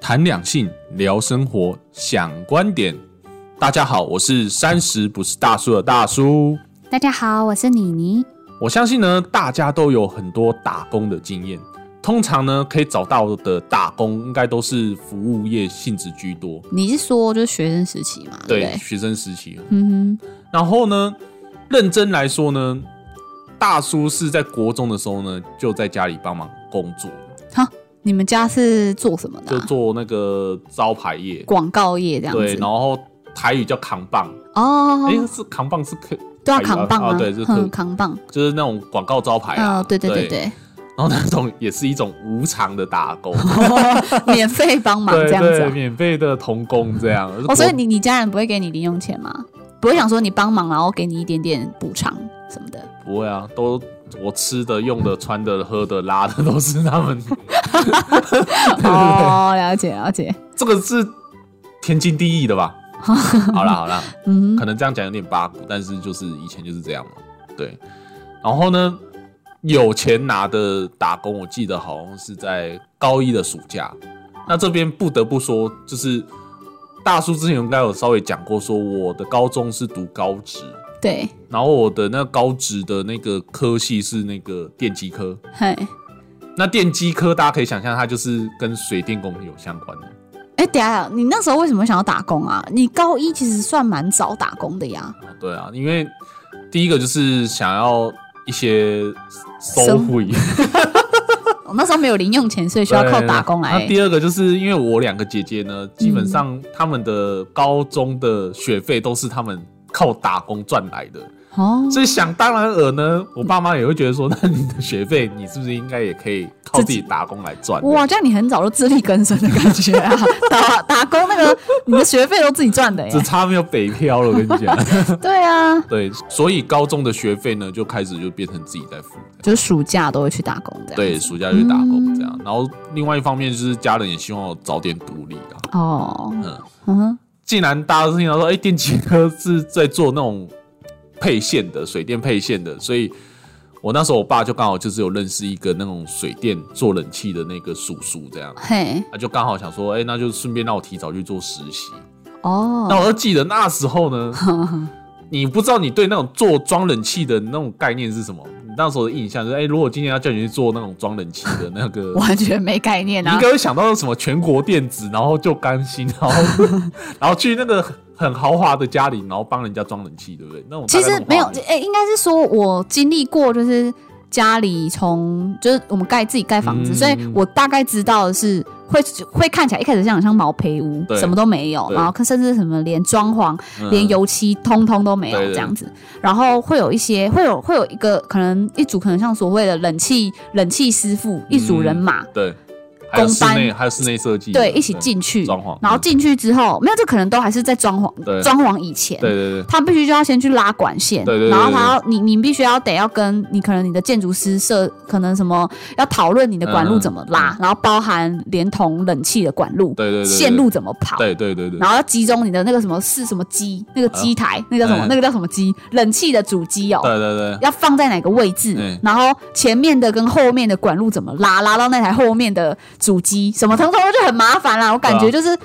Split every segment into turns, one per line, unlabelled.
谈两性，聊生活，想观点。大家好，我是三十不是大叔的大叔。
大家好，我是妮妮。
我相信呢，大家都有很多打工的经验。通常呢，可以找到的打工应该都是服务业性质居多。
你是说就是学生时期嘛？对不
对，
对，
学生时期。
嗯
然后呢，认真来说呢，大叔是在国中的时候呢，就在家里帮忙工作，
哼，哈，你们家是做什么的
就
啊、
做那个招牌业。
广告业这样
对，
子
然。后台语叫扛棒，
哦
哎、，是扛棒是可
都要
台语
扛
吧
棒
啊
吗？
对，就是、
嗯，扛棒。
就是那种广告招牌啊，
哦，对对对
对。
对，
然后那种也是一种无偿的打 工，
免费帮忙
对
哦这样子
对，
啊。
免费的童工这样。
哦，所以你你家人不会给你零用钱吗？不会想说你帮忙，然后给你一点点补偿 什么的。
不会啊，都我吃的、用的、穿的、喝的、拉的都是他们，
哦，了解了解。
这个是天经地义的吧？好啦好啦，
嗯
可能这样讲有点八股，但是就是以前就是这样嘛。对，然后呢，有钱拿的打工，我记得好像是在高一的暑假。那这边不得不说，就是大叔之前应该有稍微讲过，说我的高中是读高职，
对，
然后我的那高职的那个科系是那个电机科。
嘿，
那电机科大家可以想象，它就是跟水电工有相关的。
哎，等一下，你那时候为什么想要打工啊？你高一其实算蛮早打工的呀。
对啊，因为第一个就是想要一些收
生
回。
我哦那时候没有零用钱，所以需要靠
对
打工来嗯
那。第二个就是因为我两个姐姐呢，基本上他们的高中的学费都是他们靠打工赚来的，
哦，
所以想当然尔呢，我爸妈也会觉得说， 那你的学费你是不是应该也可以靠自己打工来赚？
哇，这样你很早就自力更生的感觉 啊！打打工那个，你的学费都自己赚的
只
耶。
差没有北漂了，我跟你讲。
对啊，
对，所以高中的学费呢，就开始就变成自己在付。
就是暑假都会去打工这样。
对，。暑假就打工这样。然后另外一方面就是家人也希望我早点独立啊。
哦，
嗯
嗯哼，
竟然大家都听到说，哎、电机科是在做那种配线的，水电配线的，所以我那时候我爸就刚好就是有认识一个那种水电做冷气的那个叔叔，这样，
嘿，
他就刚好想说，哎、那就顺便让我提早去做实习。那
哦，
我就记得那时候呢，你不知道你对那种做装冷气的那种概念是什么，你那时候的印象就是，哎、如果今天要叫你去做那种装冷气的那个
完全没概念
你应
啊。
该会想到什么全国电子，然后就甘心，然 后然后去那个很豪华的家里，然后帮人家装冷气，对不对？那种
其
大概
实
那种
没有
画，面
哎、应该是说我经历过，就是家里从就是我们盖自己盖房子，
嗯
所以我大概知道的是会会看起来一开始像很像毛坯屋，
对
什么都没有，
对
然后可甚至什么连装潢、
嗯
连油漆通通都没有
对对
这样子，然后会有一些会有会有一个可能一组可能像所谓的冷气冷气师傅一组人马，
对，还有
工
室
班
内还有室内设计的，嗯
对，一起进去，
装潢嗯
然后进去之后没有，这可能都还是在装
对
潢装潢以前，
对对对
他必须就要先去拉管线，
对对对
然后他要你你必须要得要跟你可能你的建筑师设可能什么要讨论你的管
嗯
路怎么拉，然后包含连同冷气的管路、
对对对，
线路怎么跑，
对，对对对对，
然后要集中你的那个什么是什么机，那个机台、那个叫什么、
嗯
那个叫什么机，冷气的主机哦。
对对对，
要放在哪个位置，
嗯
然后前面的跟后面的管路怎么拉，拉到那台后面的主机，什么通通就很麻烦啦。我感
对
觉
啊
就是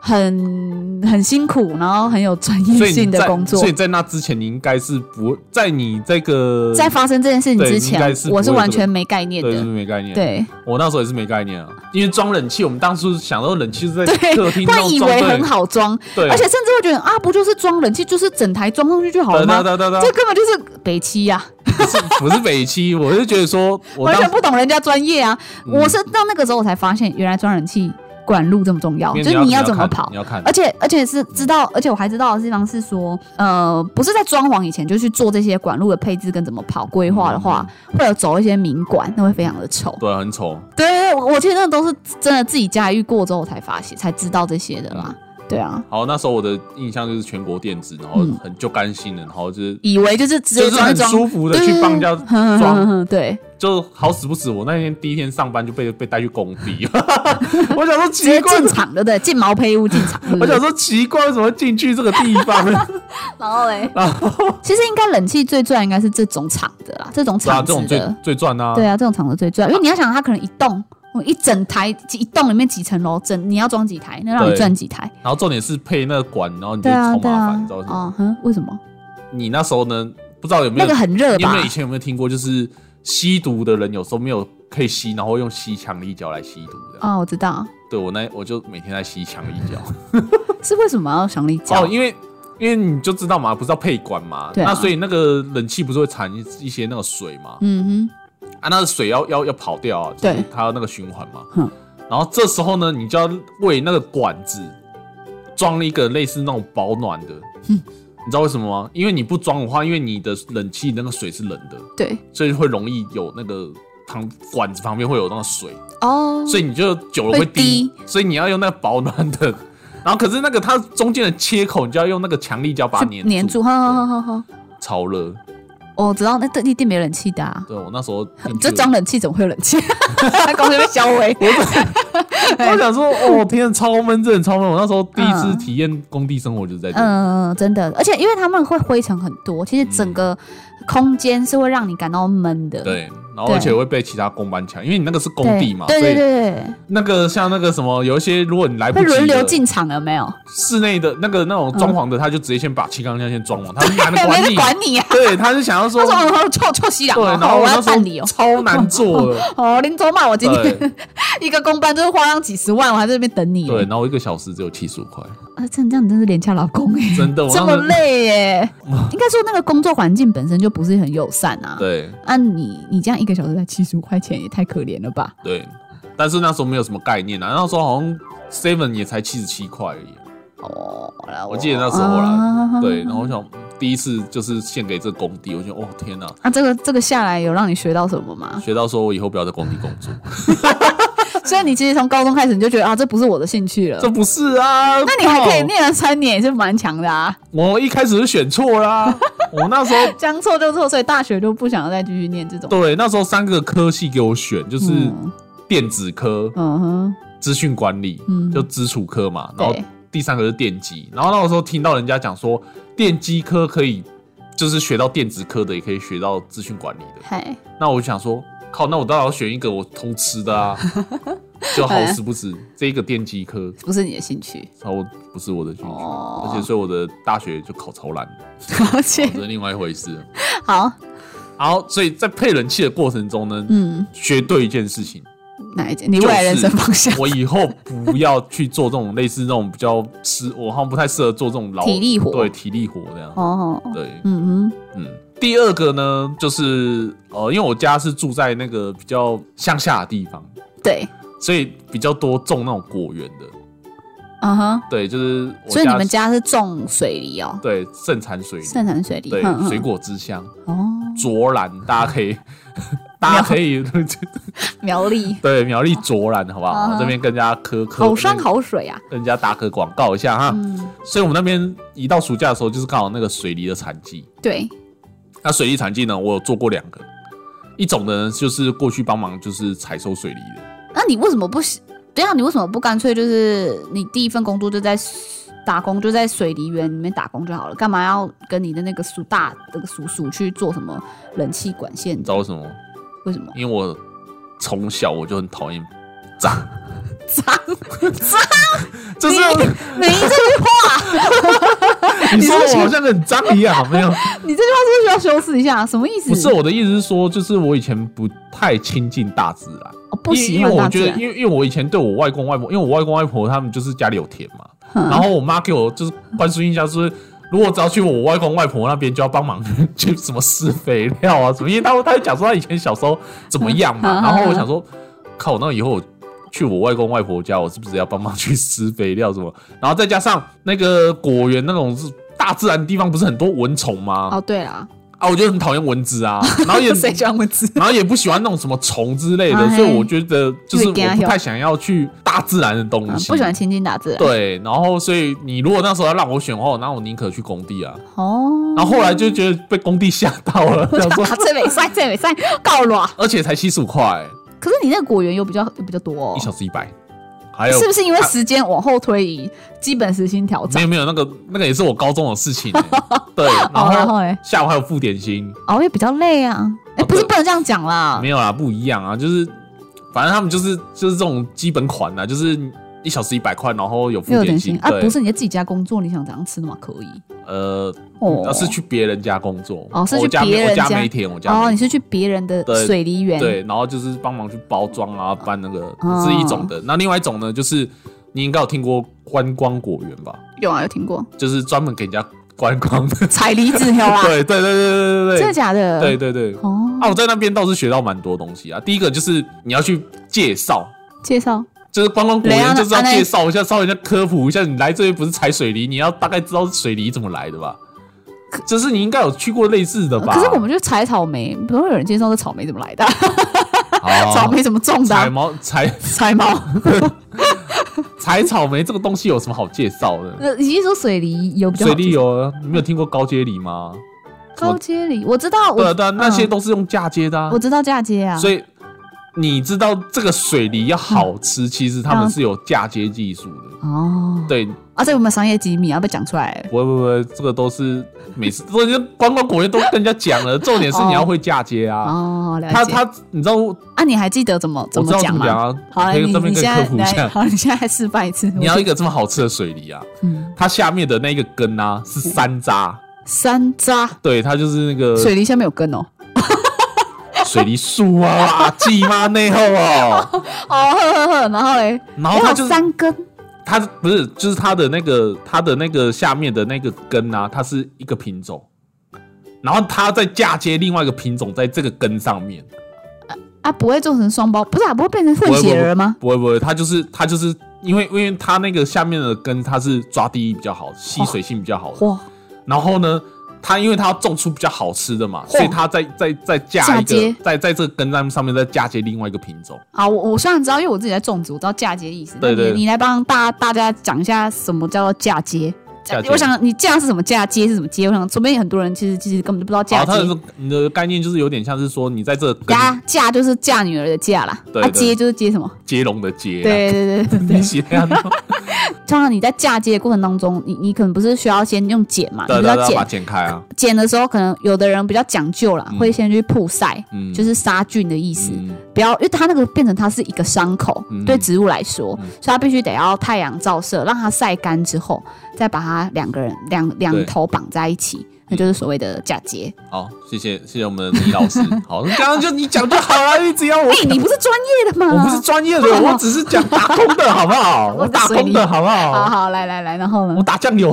很很辛苦，然后很有专
所
业
以你
性的
在
工作。
所以在那之前你应该是不在你这个
在发生这件事情
对
之
应该
前，
是不会
我是
这么
完全没概念
对是
的。
没概念，，
对，
我那时候也是没概念啊，因为装冷气，我们当初想到冷气是在客
对，
厅
会
那
以
种装
为
对
很，好装，
对，
而且甚至会觉得啊，不就是装冷气，就是整台装上去就好
对
了
对
吗？
对对对，
这根本就是北七呀、
不是不是北七，我就觉得 说，我
完
当
全不懂人家专业啊！
嗯
我是到那个时候我才发现，原来装冷气管路这么重要，
因
就
为
是
你
你要
你
怎么
看
跑
你。要看
而，且而且是知道，而且我还知道的地方是说，呃，不是在装潢以前就去做这些管路的配置跟怎么跑规划的
嗯
话，会有走一些明管，那会非常的丑。
对，啊很丑。
对对，对我我其实那都是真的自己驾驭过之后才发现，才知道这些的
嗯
啦。对啊，
好，那时候我的印象就是全国电子，然后
嗯
很就甘心的，然后就是
以为就是直
就是
接装一
很
装，
舒服的
对
去帮人家
哼哼哼
装，
哼 对，
就好死不死，我那天第一天上班就被被带去工 地，我想说奇
直接
怪，
进场，对不对？进毛坯屋进场，对不
我
对
想说奇怪，为什么会进去这个地方 呢？
然后 嘞
然，
其实应该冷气最赚应该是这种厂的啦，这种
是啊，
厂
这
子
种最
的，
最赚啊，
对啊，这种厂子最赚，因为你要想它可能一栋。我一整台一栋里面几层楼，整你要装几台，那让你
对
赚几台？
然后重点是配那个管，然后你就
对啊，
超
对
麻烦，
啊
你知道，吗？
哦，哼，为什么？
你那时候呢，不知道有没
那
有
个很热
你有
吧
没有以？前有没有听过，就是吸毒的人有时候没有可以吸，然后用吸强力胶来吸毒的？
哦，我知道，
对我那我就每天在吸强力 胶。
是为什么要强力胶
哦，？因为因为你就知道嘛，不是要配管嘛，
对啊
那所以那个冷气不是会产一一些那个水嘛？
嗯哼，
啊，那个水要要要跑掉啊，就是
对
它要那个循环嘛。
哼
然后这时候呢，你就要为那个管子装了一个类似那种保暖的。
嗯
你知道为什么吗？因为你不装的话，因为你的冷气那个水是冷的，
对，
所以会容易有那个旁管子旁边会有那个水，
哦，
所以你就久了会
会滴
滴，所以你要用那个保暖的。 然后可是那个它中间的切口，你就要用那个强力胶把它
去
粘
粘
住，
住，好好好好好。哦
超热。
我知道，那这一定没冷气的啊。
对我那时候进去
这装冷气怎么会有冷气？ 公司被销毁。
我想说，哦天，超闷，真的超闷。我那时候第一次
嗯
体验工地生活就是在这里，
嗯，真的，而且因为他们会灰尘很多，其实整个空间是会让你感到闷的。
对，然后
对
而且会被其他工班抢，因为你那个是工
对，
地嘛，
对对
所以
对
那个像那个什么，有一些如果你来
对，
不
会
及的
轮流进场了没有？
室内的那个那种装潢的，他就直接先把气缸箱先装完，他懒得
没
管
人
你，
管你啊！
对，他是想要说
他，说：“我臭臭西凉
对，然
啊，
后
我
那
要
时候
办理哦。
超难做 的，”
哦，林总骂我今
对
天 一个公班就是花上几十万，我还在那边等你。
对，然后一个小时只有七十五块，
啊，这这样你真是廉价劳工哎，
真的，我
这
那
么
时候，
累耶！应该说那个工作环境本身就不是很友善啊。
对
啊你，你这样一个小时才七十五块钱，也太可怜了吧？
对，但是那时候没有什么概念啊，那时候好像 seven 也才七十七块而已，
哦，好啦
我记得那时候啦，
啊
对，然后我想第一次就是献给这工地，我觉得哦天哪，
啊，这个这个下来有让你学到什么吗？
学到说我以后不要在工地工作，
所以你其实从高中开始你就觉得啊，这不是我的兴趣了
这。不是啊，
那你还可以
靠，
念了三年，也是蛮强的啊。
我一开始是选错 啦，我那时候
将错就错，所以大学就不想再继续念这种。
对那时候三个科系给我选，就是
嗯
电子科、
嗯哼，
资讯管理，
嗯
就基础科嘛，然
对
后第三个是电机，然后那个时候听到人家讲说电机科可以，就是学到电子科的，也可以学到资讯管理 的，
嗨，
那我就想说，靠，那我当然要选一个我通吃的 啊，就好死不死，这一个电机科
不是你的兴趣
超不是我的兴趣，
哦
而且所以我的大学就考超烂，
而且
这是另外一回事。
好，
然后所以在配人气的过程中呢，
嗯，
学对一件事 情，
哪一件？你未来人生方向？
我以后不要去做这种类似那种比较吃，我好像不太适合做这种劳
体力活
对体力活这样。
哦，
对，
嗯哼，
嗯。第二个呢，就是呃，因为我家是住在那个比较乡下的地方，
对，
所以比较多种那种果园的。
嗯哼。
对，就是我
所以你们家是种水梨哦，
对盛产水梨，
盛产水梨，
对
嗯嗯
水果之乡
哦，
卓兰，大家可以 大家可以
苗栗
对苗栗卓兰好不
嗯
好？
嗯
这边跟大家科科
好山好水啊，
跟人家打个广告一下哈。
嗯，
所以我们那边一到暑假的时候，就是刚好那个水梨的产季。
对，
那水梨产季呢，我有做过两个，一种呢就是过去帮忙就是采收水梨的，
那你为什么不喜？对啊，你为什么不干脆就是你第一份工作就在打工，就在水梨园里面打工就好了？干嘛要跟你的那个叔大那个叔叔去做什么冷气管线
你？知道为什么吗？
为什么？
因为我从小我就很讨厌脏，
脏，
就是
你这句话，
你说我好像很脏一样，没有？
你这句话是不是需要修饰一下？啊什么意 思？
不是我的意思是说，就是我以前不太亲近大自然，
我哦不喜
因为
欢啊
因为我觉
大自
得，
然。
因为因为我以前对我外公外婆，因为我外公外婆他们就是家里有田嘛，
嗯
然后我妈给我就是灌输印象就是。如果只要去我外公外婆那边，就要帮忙去什么施肥料啊什么，因为他他就讲说他以前小时候怎么样嘛，
嗯嗯嗯
然后我想说，靠，那以后我去我外公外婆家，我是不是也要帮忙去施肥料什么？然后再加上那个果园那种是大自然地方，不是很多蚊虫吗？
哦，对啦，
啊，我就很讨厌蚊子啊，然后也
谁喜欢蚊子？
然后也不喜欢那种什么虫之类的，
啊嘿
所以我觉得就是
因为怕
我
有
不太想要去大自然的东
啊
西，
不喜欢亲近大自然。
对，然后所以你如果那时候要让我选的话，那我宁可去工地啊。
哦，
然后后来就觉得被工地吓到 了，想说，
啊，这没晒，这没晒，够了啊。
而且才七十五块，
可是你那个果园又比较比较多
一
哦
小，时一百，还有
是不是因为时间往后推移，基本时薪调整
没？有没有那个那个也是我高中的事情欸、 对，然
哦然后
后
欸
下午还有付点心，
熬夜比较累啊。哎、
啊
不是
对
不能这样讲啦
没。有啦，不一样啊，就是反正他们就是就是这种基本款呐、就是一小时一百块，然后有附
又有
点
点
心
心。啊，
对，
不是你在自己家工作，你想怎样吃的嘛？可以
呃，
哦
是去别人家工作，
哦是去
我家没
别人
我家
家
没田，我家
哦，
没
你
田
是去别人的
对
水梨园，
对，然后就是帮忙去包装啊，搬那个、
哦
是一种的。那另外一种呢，就是你应该有听过观光果园吧，
有啊，有听过
就是专门给人家观光的。
采梨子有啊，
对对对对对对
真
对
的假的？
对对对。
哦，
啊，我在那边倒是学到蛮多东西啊。第一个就是你要去介绍，
介绍
就是观光果园就是要
雷啊那
介绍一下，稍微再科普一下，你来这边不是采水泥，你要大概知道水泥怎么来的吧？就是你应该有去过类似的吧？
可是我们就采草莓，不会有人介绍这草莓怎么来的啊，
好
草莓怎么种的
采
啊？
毛哦采
采毛，
采草莓这个东西有什么好介绍的？
呃 你是说水梨有比较好
水利有，你没有听过高阶梨吗？
高阶梨？我知道，
对啊
我
对啊，那些
嗯
都是用嫁接的啊
我。知道嫁接啊，
所以你知道这个水梨要好
嗯
吃，其实他们是有嫁接技术的。
哦，
对，
啊，这有没有商业机密啊？被讲出来了，
不会不会，这个都是每次，都是观光果园都跟人家讲了。重点是你要会嫁接啊。
哦，了
他
解。
他，你知道我
啊，你还记得怎么
我知道
么
怎
讲
么
吗？
讲啊？
好
我
啊，
可
你
以这边
你
跟
现
你科
在
普一
来，
下。
好，你现在来示范一次。
你要
我
一个这么好吃的水梨啊，
嗯，
它下面的那个根啊是山楂，
山楂，
对，它就是那个
水梨下面有根哦。
水梨树啊，鸡妈内后哦，
哦，呵呵呵，然后嘞，
然后它
哇
就是
三根
它不是，就是它的那个它的那个下面的那个根啊，它是一个品种，然后它再嫁接另外一个品种在这个根上面，
啊，不会做成双胞，不是啊，不会变成
不
混
会不
血
会
儿吗？
不会不会，它就是它就是因为因为它那个下面的根它是抓地力比较好，吸水性比较好的，
哇，
然后呢。它因为它要种出比较好吃的嘛，
嚯
所以它再再再嫁
嫁
一个
接，
在在这个根上上面再嫁接另外一个品种。
啊，我我虽然知道，因为我自己在种植，我知道嫁接意思。那
对对
你你来帮大大家讲一下什么叫做嫁接。
嫁接
我想你嫁是什么嫁接是什么接？我想，说不定很多人其实其实根本就不知道嫁
好，
接
它。的你的概念就是有点像是说你在这个根
嫁嫁就是嫁女儿的嫁啦，
对
啊
对
接就是接什么？
接龙的接、啊，
对对 对对对
你喜 欢吗，
通常你在嫁接的过程当中，你你可能不是需要先用剪嘛？你
对
不
对
要
对，把它
剪
剪开 啊，
剪的时候，可能有的人比较讲究啦，会先去曝晒，
嗯，
就是杀菌的意思。
嗯
不要，因为它那个变成它是一个伤口，
嗯
对植物来说，所以它必须得要太阳照射，让它晒干之后，再把它两个人两两头绑在一起，那
嗯
就是所谓的嫁接。
好，谢谢谢谢我们的倪老 师。好，刚刚就你讲就好了，你只要我
哎、你不是专业的吗？
我不是专业的， 我只是讲打工的好不好？我
我
打工的好不
好
好？
好来来来，然后呢
我？打酱油。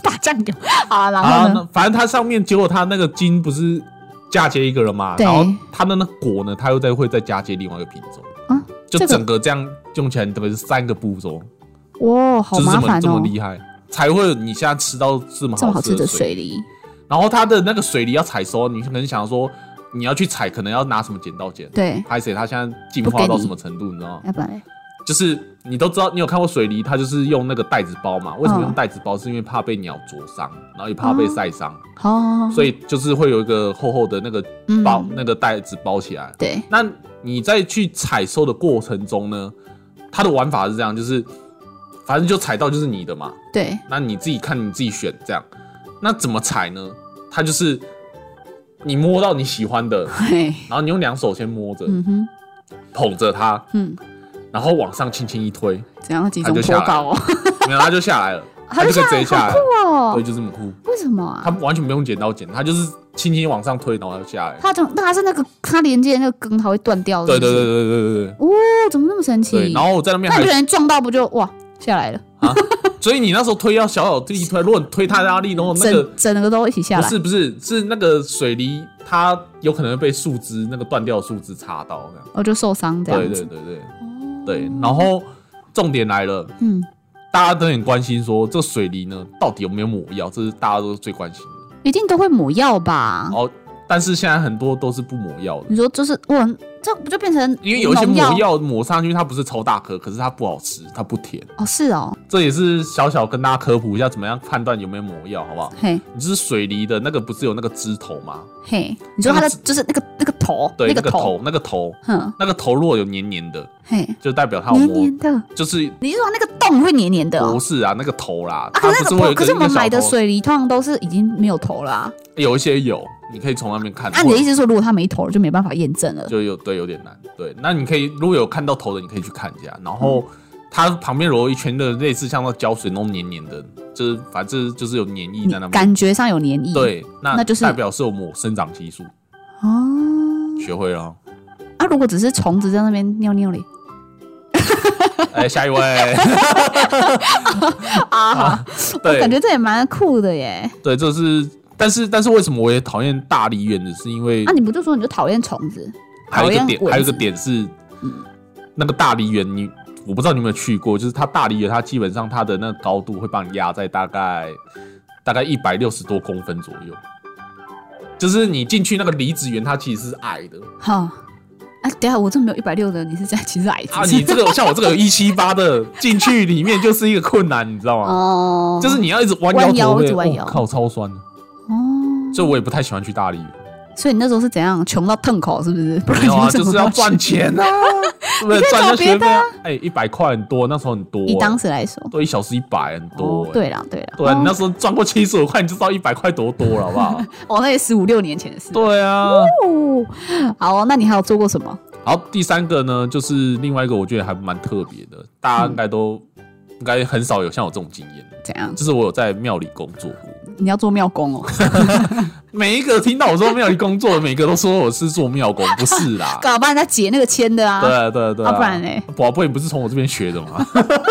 打酱油。好啊，然
好，
后呢？
那反正它上面结果它那个茎不是嫁接一个了嘛，
对
然后它的那果呢，它又再会再嫁接另外一个品种，
啊，
就
这个
整个这样用起来，特别是三个步骤，
哇，好
就是这
麻
么
烦
这么
哦，
厉害，才会有你现在吃到这么
这么好吃
吃
的
的
水梨。
然后它的那个水梨要采收，你可能想说你要去采，可能要拿什么剪刀剪。
对，
拍谁？它现在进化到什么程度？你知道吗？
要不然嘞
就是你都知道，你有看过水梨，它就是用那个袋子包嘛。为什么
嗯
用袋子包？是因为怕被鸟啄伤，然后也怕被晒伤，
好好嗯好，
所以就是会有一个厚厚的那个包，
嗯，
那个袋子包起来。
对，
那你在去采收的过程中呢，它的玩法是这样，就是反正就采到就是你的嘛，
对，
那你自己看你自己选这样。那怎么采呢？它就是你摸到你喜欢的，
嘿，
然后你用两手先摸着，
嗯哼，
捧着它，
嗯，
然后往上轻轻一 推，
怎样几
它
种
就下
坡
来
高哦？
没有，它就下来了，它
它就
就可以直
下
接
来
下来，
哇
对，，就这么酷，
哦为什么
它
啊？
完全不用剪刀剪，它就是轻轻往上推，然后它就下来。
它怎么？那它是那个它连接的那个根，它会断掉。
对对对
对，
对对对对
哦，怎么那么神奇？
对。然后我在那边
那有
还，哦
人撞到不就哇下来了，
所以你那时候推要小小力推，如果你推太大力，然后那个
整整个都一起下
不
来。
是不是是那个水泥，它有可能会被树枝那个断掉的树枝插到这样。
我就受伤这
对
样
对
子，哦
对对对。然后重点来了，
嗯，
大家都很关心说这水泥呢到底有没有抹药，这是大家都最关心的。
一定都会抹药吧？
哦，但是现在很多都是不抹药的，
你说就是哇，这不就变成
因为有一些
农
抹药抹上去，它不是超大颗，可是它不好吃，它不甜。
哦？是哦，
这也是小小跟大家科普一下，怎么样判断有没有抹药，好不好？
嘿
你就是水梨的那个，不是有那个枝头吗？
嘿，你说它
那
的
个
就是那个那个头，
对，那
个
个，头，那个头，
哼，
那个头如果有黏黏的，
嘿，
就代表它有
黏
摸，
黏的。
就是
你是说那个洞会黏黏的、
不
哦？
是啊，那个头啦，
啊，
它
可
不
是那
是
个
会有
头，
一个
可是我们
一个小
买的
头
水梨通常都是已经没有头了、啊。
有一些有，你可以从那边看。
那啊你的
或
意思是说，如果他没投了，就没办法验证了？
就有对有点难。对，那你可以如果有看到头的，你可以去看一下。然后
嗯
它旁边揉一圈的类似像那胶水那种黏黏的，就是反正就是有黏液
你
在那边。
感觉上有黏液。
对，那
那就是
代表是有抹生长激素，
哦，
学会了 哦。
啊，如果只是虫子在那边尿尿嘞，
哎，下一 位。啊，
我
对
感觉这也蛮酷的耶。
对，这是。但是，但是为什么我也讨厌大梨园的是因为
啊，你不就说你就讨厌虫子？
还有一个
讨厌
点，
蚊子
还有一个点是，那个大梨园，你我不知道你有没有去过，就是它大梨园，它基本上它的那个高度会帮你压在大概大概一百六十多公分左右，就是你进去那个梨子园，它其实是矮的
哈，啊，等一下我这没有一百六的，你是在其实矮子
啊，你这个像我这个有一七八的，进去里面就是一个困难，你知道吗？
哦，
就是你要一直弯腰
弯腰
驼
一
背，
直弯腰
哦靠，超酸的，
哦，
所以我也不太喜欢去大梨园。
所以你那时候是怎样穷到痛口是不是？不然
没
你
有啊，
为什
就
么
是要
去
赚。钱啊，对不对？
你可以
赚一下
找别
学
的
费啊，哎，一百块很多，那时候很多、
以
欸
当时来说，
对，一小时一百很多、
哦
欸，
对啦对啦，
对啊，
哦
你那时候赚过七十五块，你就知道一百块多多了，好不 好？
哦，那也十五六年前的事。
对啊。
哦，好哦，那你还有做过什么？
好，第三个呢，就是另外一个，我觉得还蛮特别的，大
嗯
家应该都、应该很少有像我这种经验的，
怎样？
就是我有在庙里工作过。
你要做庙 工哦？
每一个听到我说庙里工作的，每个都说我是做庙工，不是 啦。
搞不然人家解那个签的啊。
对啊对啊对啊，
啊不然嘞，
宝贝不是从我这边学的吗？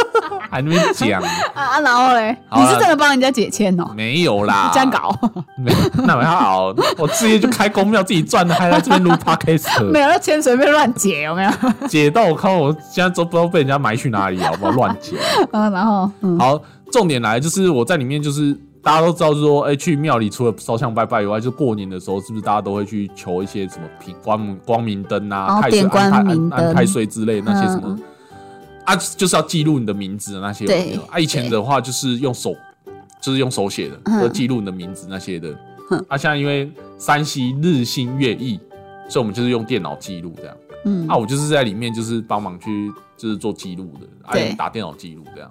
还那边讲
啊啊，然后嘞，
好啊
你
啦
是真的帮人家解签哦？
没有啦，
这样搞，
没那没好，我自己就开公庙自己赚的，还来这边录 podcast，
没有那签随便乱解有 没有？
解到我靠，我现在都不知道被人家埋去哪里，好不好？乱解。
嗯，然后嗯，
好，重点来就是我在里面就是。大家都知道说，哎、去庙里除了烧香拜拜以外，就过年的时候，是不是大家都会去求一些什么平光光明灯啊、
哦
太岁
点
安
光
太
明
安安
灯
太岁之类那些什么、
嗯
啊，就是要记录你的名字的那些有没有
对
啊，以前的话就是用手，就是用手写的，
嗯
就记录你的名字那些的。
嗯
啊，现在因为山西日新月异，所以我们就是用电脑记录这样。
嗯
啊，我就是在里面就是帮忙去就是做记录的，啊，
对
用打电脑记录这样。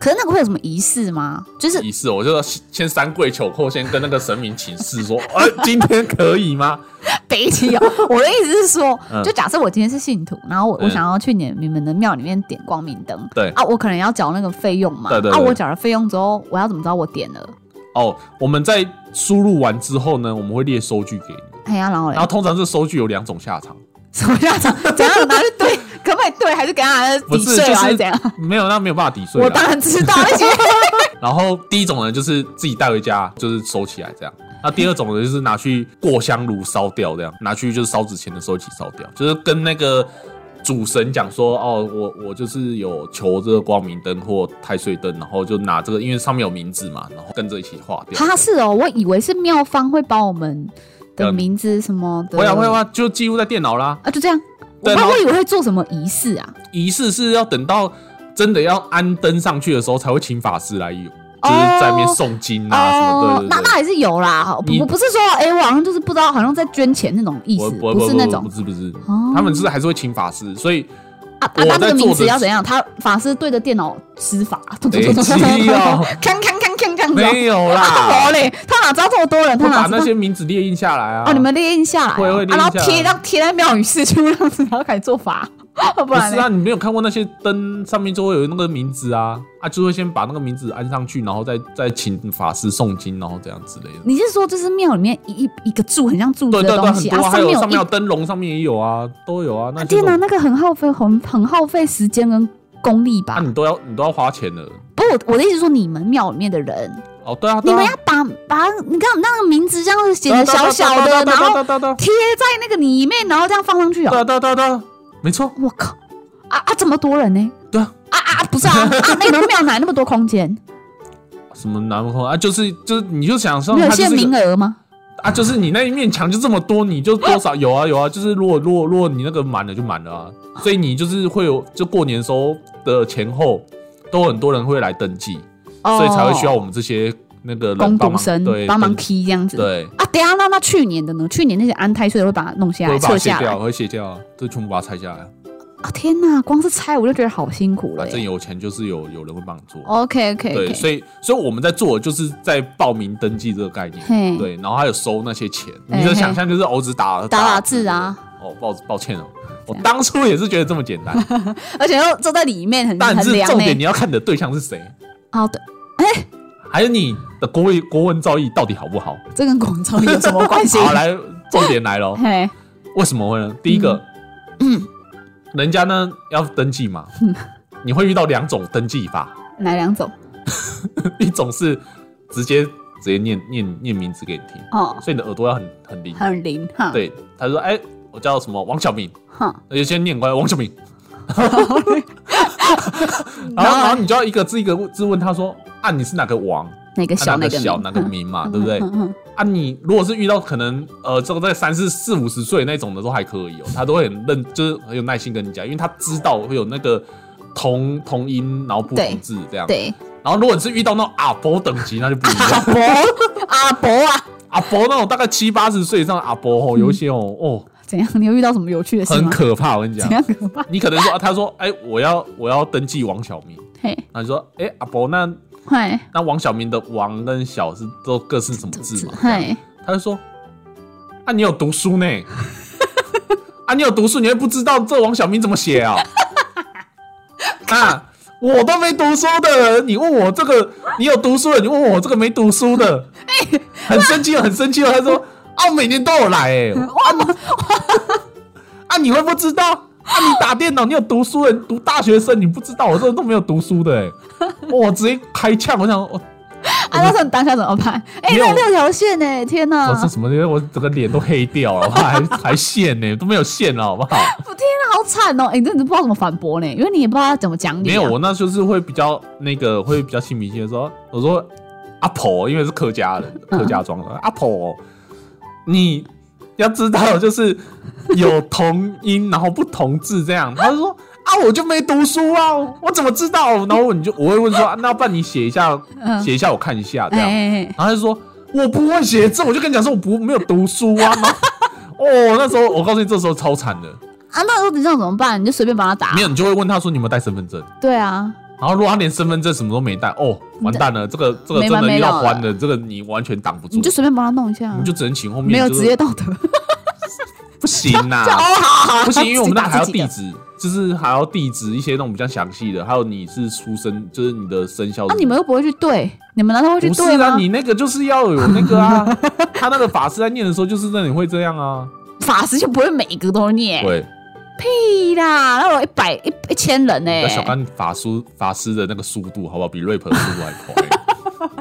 可是那个会有什么仪式吗？就是
仪式，我就先三跪求叩，先跟那个神明请示说，呃，今天可以吗？
北起哦。我的意思是说
嗯，
就假设我今天是信徒，然后我
嗯
我想要去你你们的庙里面点光明灯，
对
啊，我可能要缴那个费用嘛，
对对
啊，
对
我缴了费用之后，我要怎么知道我点了？
哦，我们在输入完之后呢，我们会列收据给你。
哎呀，然后嘞
然后，通常这收据有两种下场，
什么样子？怎样拿去对？可不可以对？还是给他
不
抵
是
税
就
啊还
是
是怎样？
没有，那没有办法抵税
我
啊。
当然知道，而且
然后第一种呢，就是自己带回家，就是收起来这样。那第二种呢，就是拿去过香炉烧掉，这样拿去就是烧纸钱的时候一起烧掉，就是跟那个主神讲说，哦，我我就是有求这个光明灯或太岁灯，然后就拿这个，因为上面有名字嘛，然后跟着一起化掉。
他是哦，我以为是妙方会把我们的
嗯
名字什么的，
会啊会啊，就记录在电脑啦。
啊，就这样。我
对
怕
然后
我以为会做什么仪式啊？
仪式是要等到真的要安灯上去的时候，才会请法师来有，就是在那边诵经啊什么的。对
哦那
对对
那也是有啦，
你
不不是说哎，我好像就是不知道，好像在捐钱那种意
我
思，
我我
是那
我
种
不是不是，
哦
他们就是还是会请法师，所以
啊啊，
我
他
在
那个
做
名字
的
要
是
怎样？他法师对着电脑施法， 咚咚
没
咚咚咚咚
必要
咚，锵锵锵锵锵，
哦 没有
啊
啦
我，嘞，他哪知道这么多人？他
会
哪
把
知道
那？些名字列印下来啊。
哦，你们列印下来
会
哦，
会列
啊，然后
印下来
贴让贴在庙宇市区这样子，然后开始做法， 不
不
然
是
嘞
啊？你没有看过那些灯上面就会有那个名字啊啊，就会先把那个名字安上去，然后再再请法师诵经，然后这样之类的。
你是说就是庙里面一一一个柱很像柱
对
子
对对，
的东
很
西
多
啊，
啊，还
上
有
面
上面
一
有灯笼，上面也有啊，都有啊。那
啊
些
天
都
哪，那个很耗费很很耗费时间跟功力吧
啊，？你都要你都要花钱的。
不，我我的意思是说你们庙里面的人，
哦，对啊，
你
对啊
们要把把你看那个名字这样子写
对啊
的小小的，
对
然
啊
后
对啊对啊
贴在那个里面，然后这样放上去
对
哦。
啊对啊对啊对啊对啊，没错，
我靠，啊啊，这么多人呢？
对啊。
啊啊，不是啊，啊，那你们庙哪来那么多空 间？
什么南空啊，就是就是你就想说
没有
它就
限
是个
名额吗？
啊，就是你那一面墙就这么多，你就多 少有啊有啊，就是如果如果如果你那个满了就满了啊，
哦
所以你就是会有，就过年时候的前后都有很多人会来登记，所以才会需要我们这些那个人
哦工
帮
读
忙
生
对
帮忙
登
key 这样子。
对，
啊，等一下，那那去年的呢？去年那些安泰税会把它弄下来，
会把
撤
它卸啊
下来
掉，。会卸掉，这全部把它拆下来。
啊天哪，光是拆我就觉得好辛苦了
反正
耶。
有钱就是有有人会帮你做。
OK 哦 OK
对，
OK，
所以所以我们在做的就是在报名登记这个概念，
嘿，
对，然后还有收那些钱。
哎嘿
你的想象就是哦我只打
打打
字
字啊。
哦，抱抱歉哦，我
这样
当初也是觉得这么简 单，
而且又坐在里面很
但
很
是
凉欸
重
呢、
点你要看你的对象是谁，
哦，对，
还有你的国文国文造诣到底好不好。
这跟广州 有什么关 系？
好，来，重点来 喽。
嘿，
为什么会呢？第一个，
嗯
人家呢要登记嘛， 你会遇到两种登记法，
哪两种？
一种是直接直接念念念名字给你听，
哦，
所以你的耳朵要很很灵。
很灵哈。，
对，他说：“哎、我叫什么王小明。”
哈，
那就呃先念过来王小 明。然后，然后你就要一个字一个字问他说：“啊，你是哪个王？
哪个
啊、
小
哪
个
小
明
哪个
嗯
明 嘛，对不对？”
嗯嗯
啊，你如果是遇到可能呃，这个在三四四五十岁那种的都还可以哦，他都会很认，就是很有耐心跟你讲，因为他知道会有那个同同音，然后不同字这样。
对，
然后如果你是遇到那种阿伯等级，那就不一
阿
样。
伯，阿伯啊，
阿伯那种大概七八十岁以上的阿伯哦，有一些哦哦，
怎样？你有遇到什么有趣的事
很
嗯吗？
可怕，我跟你讲
怎。样可怕？
你可能说，啊他说，哎、我要我要登记王小明，
嘿，
那你说，哎、阿伯，那
嗨，
那王小明的王跟小是都各是什么字嘛？这样
嗨，
他就说：“啊，你有读书呢？ 啊，你有读书，你会不知道这王小明怎么写啊？啊，我都没读书的人，你问我这个，你有读书的，你问我这个没读书的，很生气哦，很生气哦。”他说：“啊，我每年都有来、欸，哎，啊你，啊你会不知道？啊，你打电脑，你有读书的，你读大学生，你不知道，我这都没有读书的、欸，我直接开枪，我想，哦我
啊，那时候你当下怎么办？哎、
没有
那六条线呢、天哪！
我说什么？因为我整个脸都黑掉了，还 还线呢、都没有线了，好不好？
我天哪，好惨哦！哎、你真的不知道怎么反驳呢、因为你也不知道怎么讲理、
没
啊。
有，我那就是会比较那个，会比较亲民些的说，我说阿婆，因为是客家人，
嗯
客家庄的阿婆，你要知道，就是有同音，然后不同字这样。他就说啊，我就没读书啊，我怎么知道？然后你就我会问说，啊那不然你写一下，
嗯
写一下我看一下这
哎
样。
哎哎
然后他就说我不会写字，我就跟你讲说我不没有读书啊。然后 哦，那时候我告诉你，这时候超惨的。
啊，那时候你知道怎么办？你就随便把他打
没。有，你就会问他说你有没有带身份证？
对啊，
然后如果他连身份证什么都没带，哦，完蛋了，这个这个
嗯没
真
完
的
没
要
了
还的，这个你完全挡不住，
你就随便帮他弄一下啊、
你就只能请后面
没有
就是
职业道德。
不行呐、
哦，好好
不行，因为我们那还要
自
地
己打自己的
址，就是还要地址一些那种比较详细的，还有你是出生，就是你的生肖是什么。
啊，你们又不会去对，你们难道会去
嗯不是
对吗？
啊，你那个就是要有那个啊， 他那个法师在念的时候就是让你会这样啊，
法师就不会每一个都念，
对。
屁啦！那我一百一一千人呢、
那小甘法师法师的那个速度，好不好？比 rap 的速度还快、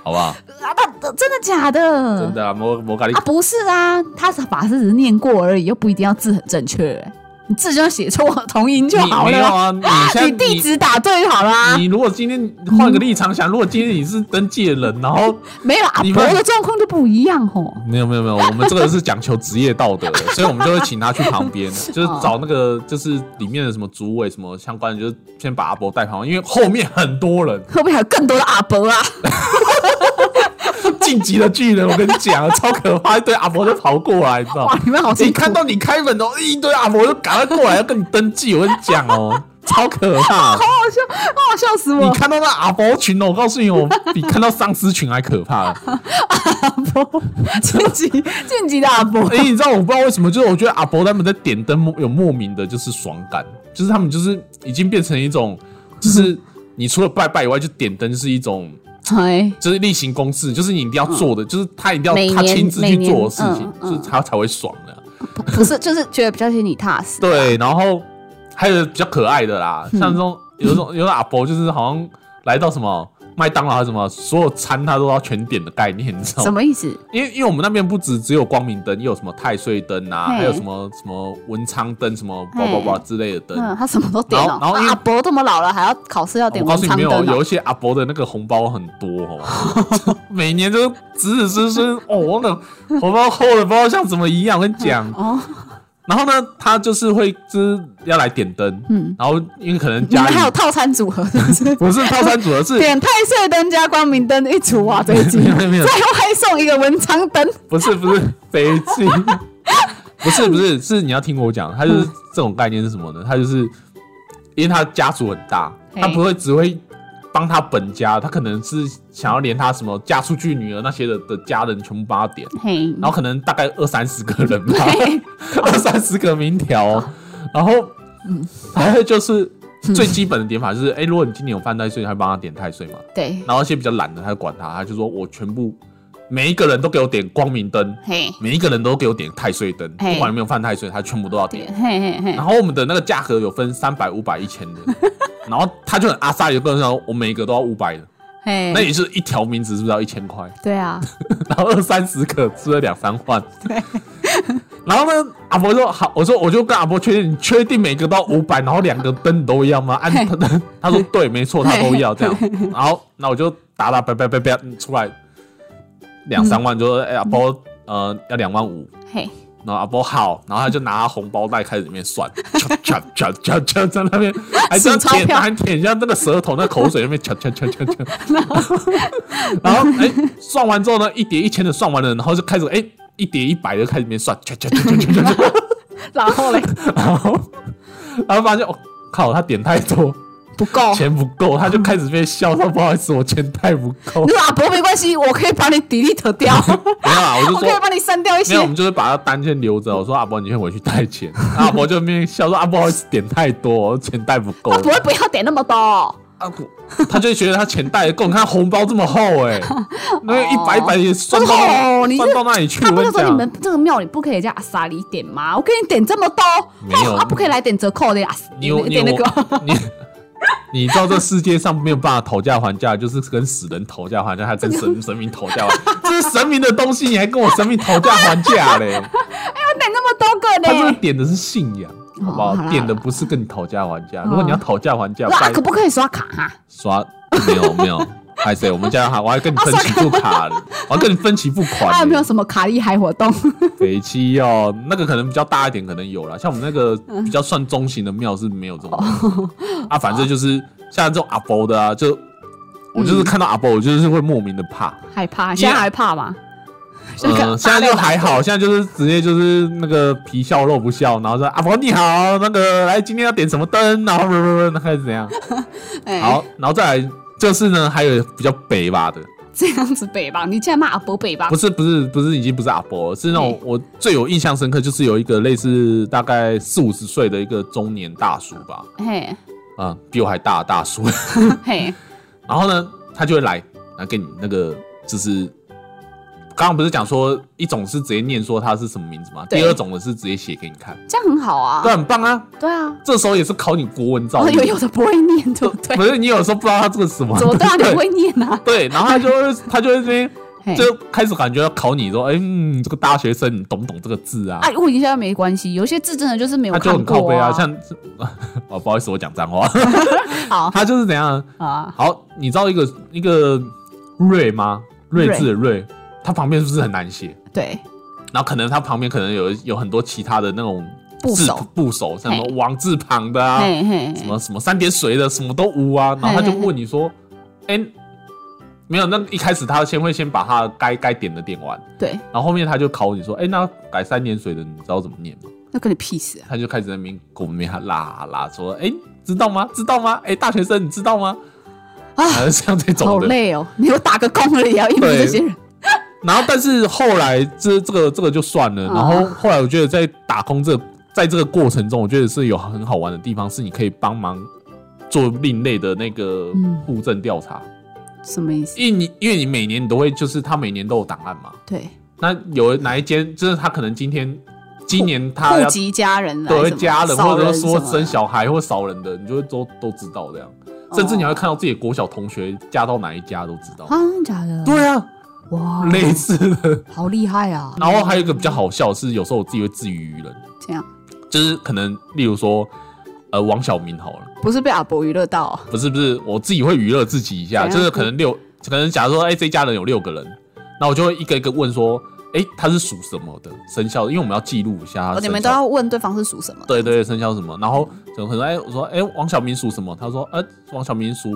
好不好？
啊，那那真的假的？
真的啊，摩摩咖喱
啊，不是啊，他是法师只是念过而已，又不一定要字很正确、你字就写错同音就好
你没有
了。
啊，你现在
你地址打对就好啊啦、
你，你如果今天换个立场想，如果今天你是登记的人，然后
没有阿
你
伯
们
的状况就不一样吼。
没有没有没有，我们这个是讲求职业道德的，所以我们就会请他去旁边，就是找那 个
哦
就是里面的什么主委什么相关的，就是先把阿伯带旁边，因为后面很多人，
后面还有更多的阿伯啊，
晋级的巨人，我跟你讲，超可怕，一堆阿伯就跑过来，你知道吗
哇，？你们好
你
辛苦啊
看。到你开门哦，一堆阿伯就赶快过来要跟你登记，我跟你讲哦， 超可怕。
好好笑，好好笑死我！
你看到那阿伯群哦，我告诉你哦，比看到丧尸群还可 怕。
晋级晋级的阿伯，
哎、你知道我不知道为什么，就是我觉得阿伯他们在点灯有莫名的就是爽感，就是他们就是已经变成一种，就是你除了拜拜以外，就点灯是一种。
哎，
就是例行公事，就是你一定要做的，就是他一定
嗯每
要他
年
亲自
每
去
年
做的事情
嗯，嗯
就是他才会爽的、啊
不不是，就是觉得比较心里踏实。
对，然后还有比较可爱的啦，
嗯
像这种有一种有一种阿伯，就是好像来到什么麦当劳还是啊什么，所有餐他都要全点的概念，你知道
什
吗？
么意思？
因为因为我们那边不止只有光明灯，也有什么太岁灯啊，
嘿
还有什么什么文昌灯、什么叭叭叭之类的灯。
嗯，他什么都点
呃然后
了。
然后因为
阿伯这么老了，还要考试要点
我告
文
诉你，
昌
没有
灯
有
哦
一些阿伯的那个红包很多，好吗？ 每年都子子孙孙哦，我那个红包厚的不知道像什么一样，我跟你 讲。
哦，
然后呢，他就是会就是要来点灯，
嗯，
然后因为可能
你
家
们
里
还有套餐组合是 不是？
不是套餐组合，是
点太岁灯加光明灯一组啊， 这一集
没有没有没有
最后还送一个文昌灯，
不是不是北京？不是不是，是你要听我讲，他就是这种概念是什么呢？他就是因为他家族很大，
嘿
他不会只会帮他本家，他可能是想要连他什么嫁出去女儿那些的的家人全部帮他点，
嘿，
然后可能大概二三十个人吧，
对，
二三十个民调、哦，然后还有就是最基本的点法就是，哎、如果你今年有犯太岁，他帮他点太岁嘛，
对，
然后一些比较懒的，他就管他，他就说我全部每一个人都给我点光明灯，
嘿，
每一个人都给我点太岁灯，
嘿
不管有没有犯太岁，他全部都要点。
对，嘿嘿嘿
然，后我们的那个价格有分三百、五百、一千 的，然后他就很阿萨，有个人说我每一个都要五百的，那
嘿，
也是一条名字是不是要一千块？
对啊，
然后二三十个吃了两三万，
对，
然后呢，阿伯说好，我说我就跟阿伯确定，你确定每个都五百，然后两个灯都要吗？按他的，他说对，没错，他都要这样。然后那我就打打叭叭叭叭嗯出来两三万，就说哎、阿伯呃要两万五，
嘿，
然后阿伯好，然后他就拿他红包袋开始里面算，敲敲敲敲敲在那边，还
数
真
钞
舔，
票
还舔一下那个舌头，那口水在那边敲敲敲敲敲。然后哎、算完之后呢，一叠一千的算完了，然后就开始哎、一叠一百的开始里面算，敲敲敲敲敲敲敲，
然后嘞，
然后然后发现哦靠，他点太多，
不够。
钱不够，他就开始被笑，他不好意思，我钱太不够
你。说阿伯没关系，我可以帮你 delete 掉，
没有啊，我就说
我可以帮你删掉 一
没
些
有，我。们就是把他单先留
嗯
着。我说阿伯，你先回去带钱。 啊阿伯就在那边笑说啊，不好意思，点太多，钱带不够
他。不会不要点那么多，
阿伯他就觉得他钱带得够，你看红包这么厚 哎、那个一百一百也算到
哦你是
算到那里去。
他
我
不
跟
是
你
说你们
讲，
这个庙里不可以叫阿萨里点吗？我给你点这么多，
没有
他不可以来点折扣的呀？
你有你有
点那个，
你。 你知道这世界上没有办法讨价还价，就是跟死人讨价还价，还跟神神明讨价还，这是神明的东西，你还跟我神明讨价还价 嘞？
他点那么多个
他这个
呢？
点的是信仰，好不
哦
好
好啦？
点的不是跟你讨价还价。如果你要讨价还价，
那啊
拜
可不可以刷卡啊？
刷没有没有，还谁？我们家还我还跟你
啊
分期付卡，我还跟你分期付款、
他有没有什么卡厉害活动？
北七哦，那个可能比较大一点，可能有啦。像我们那个
嗯
比较算中型的庙是没有这
哦
种东西啊，反正就是像这种阿伯的啊，
嗯
就我就是看到阿伯，我就是会莫名的 怕。
害怕，
因为
现在还怕吗？呃现在可
嗯，现在就还好，现在就是直接就是那个皮笑肉不笑，然后说阿伯你好，那个来今天要点什么灯，然后 不不不，开始怎 样？
哎
好，然后再来就是呢，还有比较北吧的。
这样子北吧，你竟然骂阿伯北吧
不？是不是不是，已经不是阿伯了，是那种
嘿
我最有印象深刻，就是有一个类似大概四五十岁的一个中年大叔吧，
嘿，
啊、比我还大的大叔。
嘿，
然后呢，他就会来，来给你那个就是，刚刚不是讲说一种是直接念说他是什么名字吗？
对
第二种的是直接写给你看，
这样很好啊
对，。很棒啊！
对啊，
这时候也是考你国文造
哦
诣，
有有的不会念，对不对
不？是你有时候不知道他这个什么，
怎么对啊？你
对
不会念 啊？
对，然后他就会他就会这 边
嘿
就开始感觉要考你说，哎、嗯，这个大学生你懂不懂这个字啊？
啊，问一下没关系，有些字真的就是没有
他就
看
很靠
过
背啊，像 哦，不好意思，我讲脏话。
好
他就是怎样？
啊，
好，你知道一个一个睿吗？睿智的睿，他旁边是不是很难写？
对，
然后可能他旁边可能有有很多其他的那种
部
字
首
部首，像什么
嘿
王字旁的啊，
嘿嘿，
什么什么三点水的，什么都无啊。然后他就问你说，哎、没有，那一开始他先会先把他该该点的点完，
对，
然后后面他就考你说，哎、那改三点水的，你知道怎么念吗？
那跟你屁事啊！
他就开始在那边跟我们那边拉啊拉说，哎、知道吗？知道吗？哎、大学生你知道吗？
啊
好 像像这
好
种的。
累哦，你有打个工了也要应付这些人，
然后，但是后来这这个这个就算了。
哦
然后后来我觉得在打工这在这个过程中，我觉得是有很好玩的地方，是你可以帮忙做另类的那个
嗯
户政调查，
什么意思？
因为你因为你每年你都会就是他每年都有档案嘛。
对，
那有哪一间就是他可能今天今年他
户
要
籍家人来什么，
对家人，
少
或者说
什么的哦
生小孩或少人的，你就会都都知道这样。甚至你还会看到自己的国小同学嫁到哪一家都知道。
啊，真的假的？
对啊，
哇，
类似的。
好厉害啊！
然后还有一个比较好笑的是，有时候我自己会自娱于人，
这样
就是可能例如说，呃，王小明好了，
不是被阿伯娱乐到哦，
不是不是，我自己会娱乐自己一下，
怎样
就是可能六，可能假如说，哎、这一家人有六个人，那我就会一个一个问说，哎、他是属什么的生肖的，因为我们要记录一下他
哦
的
你
生
们都
肖。
要问对方是属什么？
对对，对生肖什么？然后就可能哎，我说哎，王小明属什么？他说，呃，王小明属，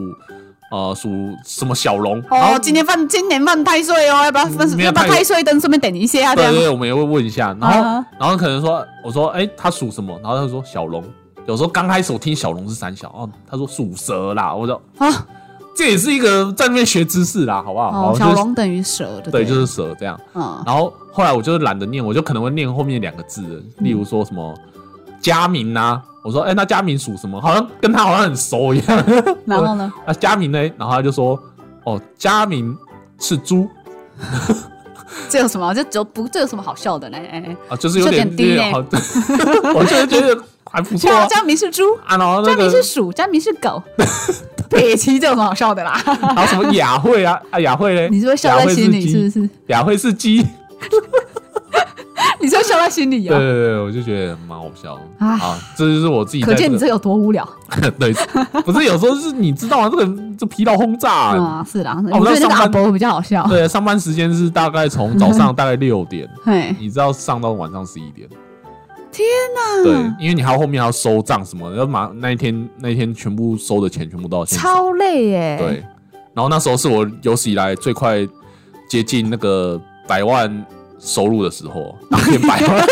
嗯、呃属什么小龙，然
哦
后，
今天犯今年犯太岁哦，要不要分
嗯没有
要不要
太
太岁灯？顺便等一下，这
对对
样
对，我们也会问一下，然后、
啊
然后可能说，我说哎、他属什么？然后他就说小龙。有时候刚开始我听小龙是三小，哦，他说属蛇啦，我说
啊。
这也是一个在那边学知识啦，好不好？然
哦
后，就
小
是
龙等于蛇，对不
对，
对，
就是蛇这样。
嗯，
然后后来我就懒得念，我就可能会念后面两个字，
嗯
例如说什么佳明呐，我说哎、那佳明属什么？好像跟他好像很熟一样。
然后呢？
啊，佳明呢？然后他就说哦，佳明是猪
这有什么？这只有不这有什么好笑的呢？哎哎，
啊，就是有
这点
点
低
有
呢
点好， 我就觉得还不错啊
江。江明是猪，
啊，然后那
江明
个
是鼠，江明是 狗，撇齐这有什么好笑的啦？
还有什么雅慧啊啊雅慧嘞？
你是不是笑
雅
在
慧
心里？
鸡
是不 是？
雅慧是鸡，
你是不是笑在心里
对对
哦？
对，我就觉得蛮好笑的
啊
啊。这就是我自己
可
在
见
这
你
个
这有多无聊
对，不是有时候是你知道吗？这个这疲劳轰炸啊，
啊！是啦，
我
我觉
在
得那
上
个
班
阿伯比较好笑。
对，上班时间是大概从早 上大概六点，
嘿，
你知道上到晚上十一点。
天
哪！对，
啊
因为你还要后面还要收账什么的，要马那一天那一天全部收的钱全部都要先收。
超累耶！
对，，然后那时候是我有史以来最快接近那个百万收入的时候，当天百万，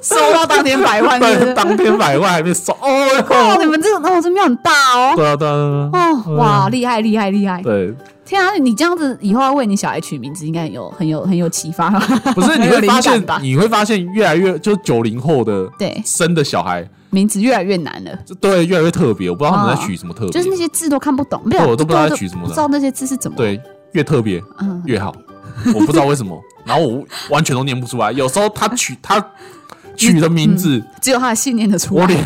收到当天百万，是 不
对，
是？
当天百万还没收哦哟。
哇，你们这个哦，这庙很大哦。
对啊，对啊，对啊
哦，哇，厉害厉害厉 害！
对，
天啊，你这样子以后要为你小孩取名字，应该很有很有很有启发。
不 是你
很有
会
灵
发
感
现
吧，
你会发现越来越就是九零后的
对，
生的小孩，
名字越来越难了，
这对越来越特别，我不知道他们在
啊
取什么特别，
就是那些字都看不懂，没有，
对我都不知道
我
在取什么的
不知道那些字是怎么。，
对越特别
嗯，
越好，我不知道为什么，然后我完全都念不出来，有时候他取他取的名字，
只有他的信念的出来。
我连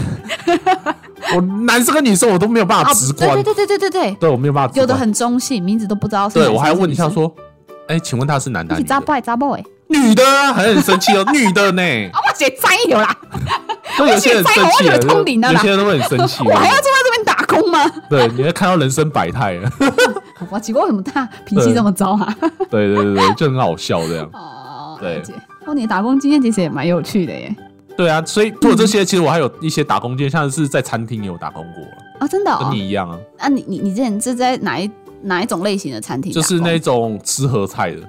我男生跟女生我都没有办法
啊，
直观
对，对对对对对对，
对我没有办法直
有的
观，
很中性，名字都不知道是。
对我还问一下，说，哎，请问他是男的还是
你
女
扎
的？
boy 扎 boy，
女的啊还很生气哦，女的 呢，
啊，我写摘有啦，
就有些人
我写
生
我
气
以为
了，
通灵的啦
有些人都会很生气
我还要
了，
坐在这边打工吗？
对，你会看到人生百态了，
哇，奇怪，为什么他脾气这么糟啊？
对对对对，就很好笑这样。
哦，
对
了解。哦，你的打工经验其实也蛮有趣的耶。
对啊，所以除了这些，其实我还有一些打工经验，像是在餐厅也有打工过了，
啊，真的哦
跟。你一样啊，
啊，你你你之前是在哪一哪一种类型的餐厅打
就
工？
是那种吃盒菜的，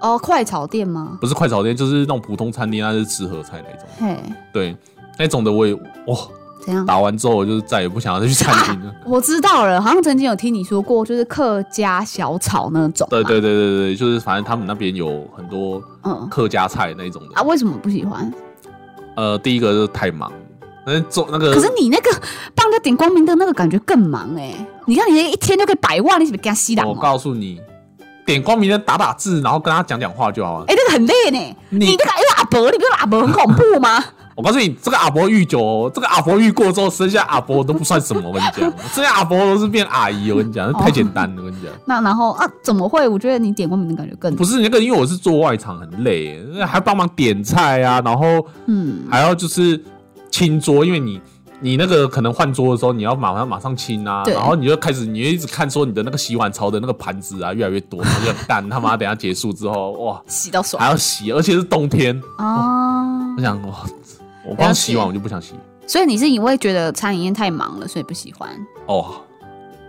哦快炒店吗？
不是快炒店，就是那种普通餐厅，它是吃盒菜那种。
嘿，
对，那种的我也哇，
怎样？
打完之后我就再也不想要再去餐厅 了。
我知道了，好像曾经有听你说过，就是客家小炒那种。啊
对，对对对对，就是反正他们那边有很多
嗯
客家菜那种
啊，
的。
为什么不喜欢？
呃，第一个就是太忙，那做那个
可是你那个帮人家点光明灯那个感觉更忙哎、你看你一天就可以百万，你怎么给他吸档
我
哦？
告诉你，点光明灯打打字，然后跟他讲讲话就好了。
哎、那个很累呢、
你
你那个哎阿伯，你不是阿伯很恐怖 吗？
我告诉你，这个阿伯遇久哦，这个阿伯遇过之后，生下阿伯都不算什么。我跟你讲，生下阿伯都是变阿姨。我跟你讲，
哦
太简单了。我跟你讲，
那然后啊，怎么会？我觉得你点光明灯感觉更
不是那个，因为我是做外场，很累，还帮忙点菜啊，然后
嗯
还要就是清桌，因为你你那个可能换桌的时候，你要马上马上清啊，
对
然后你就开始你就一直看说你的那个洗碗槽的那个盘子啊越来越多，然后就很淡。他妈等一下结束之后，哇，
洗到爽
还要洗，而且是冬天。
啊
我。想哇，我光洗碗我就不想洗
所以你是因为觉得餐饮业太忙了，所以不喜欢
哦。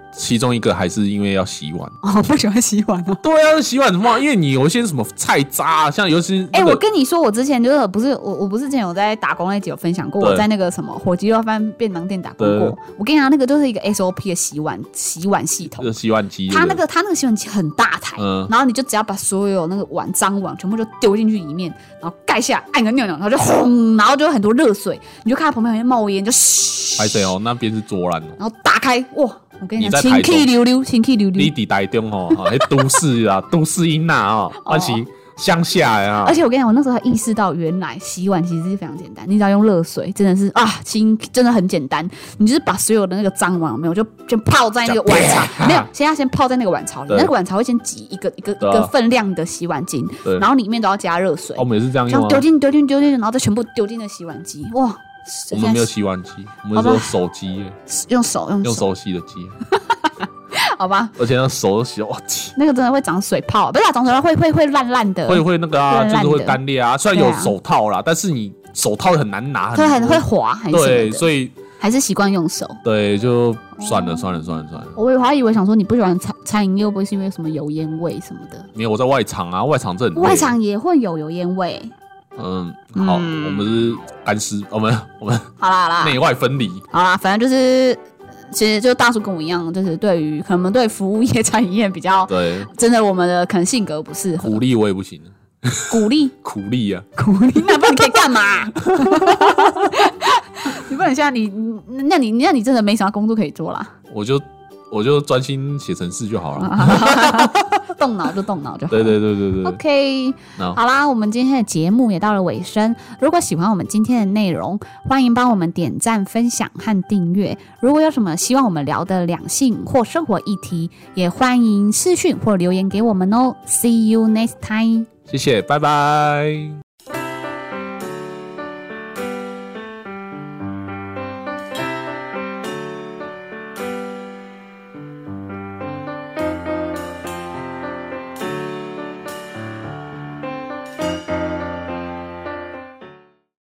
其中一个还是因为要洗碗，
哦，不喜欢洗碗哦。
对啊，洗碗怎么？因为你有一些什么菜渣、啊，像尤其是
哎、
那个
我跟你说，我之前就是不是我，我不是之前有在打工那集有分享过，
对
我在那个什么火鸡肉饭便当店打工
对
过。我跟你讲，那个就是一个 SOP 的洗碗洗碗系
那
统
个，洗碗机，
它
对
那
不对
个它那个洗碗机很大台，
嗯
然后你就只要把所有那个碗脏碗全部就丢进去里面，然后盖下按个钮钮，然后就轰，然后就有很多热水，你就看到旁边有些冒烟，就嘘，
拍谁哦？那边是桌栏哦，
然后打开，哇！我跟
你
讲，
在
清
台中
气溜溜，清气溜
你
溜。
伫台中 哦，哈，迄都市啊，都市音呐啊，而是乡下啊呀
而。且我跟你讲，我那时候才意识到，原来洗碗其实是非常简单，你只要用热水，真的是啊，清真的很简单。你就是把所有的那个脏碗有没有，就先泡在那个碗槽，没有，先要先泡在那个碗槽里，
对
那个碗槽会先挤一个一个一
对啊
个分量的洗碗巾
对，
然后里面都要加热水
哦我，们也是这样
这
用
样
啊
丢，进丢进丢进，然后再全部丢进那洗碗机。哇，
我
现
们没有
在
洗碗机，我们是用手机耶，
用手用
用手
手，
洗的机，
好吧，
而且那手洗，哇，天
那个真的会长水泡，不是啊长水泡会会会烂烂的，
会会那个啊，
对
就是
烂
会
的
干裂啊。虽然
对
有
啊
手套啦，但是你手套很难拿，
它很会
多
滑，很什么
对，
的
所以
还是习惯用手。
对，就算了算了算了算了。
我还以为想说你不喜欢餐餐饮业，会不会是因为什么油烟味什么的？
没有，我在外场啊，外场这很累
外场也会有油烟味。
嗯，好，
嗯啊
我们是干湿，我们我们
好啦好啦，
内外分离。
好啦，反正就是，其实就大叔跟我一样，就是对于可能我们对服务业、餐饮业比较，
对，
真的我们的可能性格不适合。
苦力我也不行，
鼓励
苦力啊，
鼓励，那不然你可以干嘛？ 你不能像你，你那你那你真的没啥工作可以做啦，
我就我就专心写程式就好了。
动脑就动脑就好。
对对对对对，
OK，
那
好啦，我们今天的节目也到了尾声。如果喜欢我们今天的内容，欢迎帮我们点赞、分享和订阅。如果有什么希望我们聊的两性或生活议题，也欢迎私讯或留言给我们哦。See you next time.
谢谢，拜拜。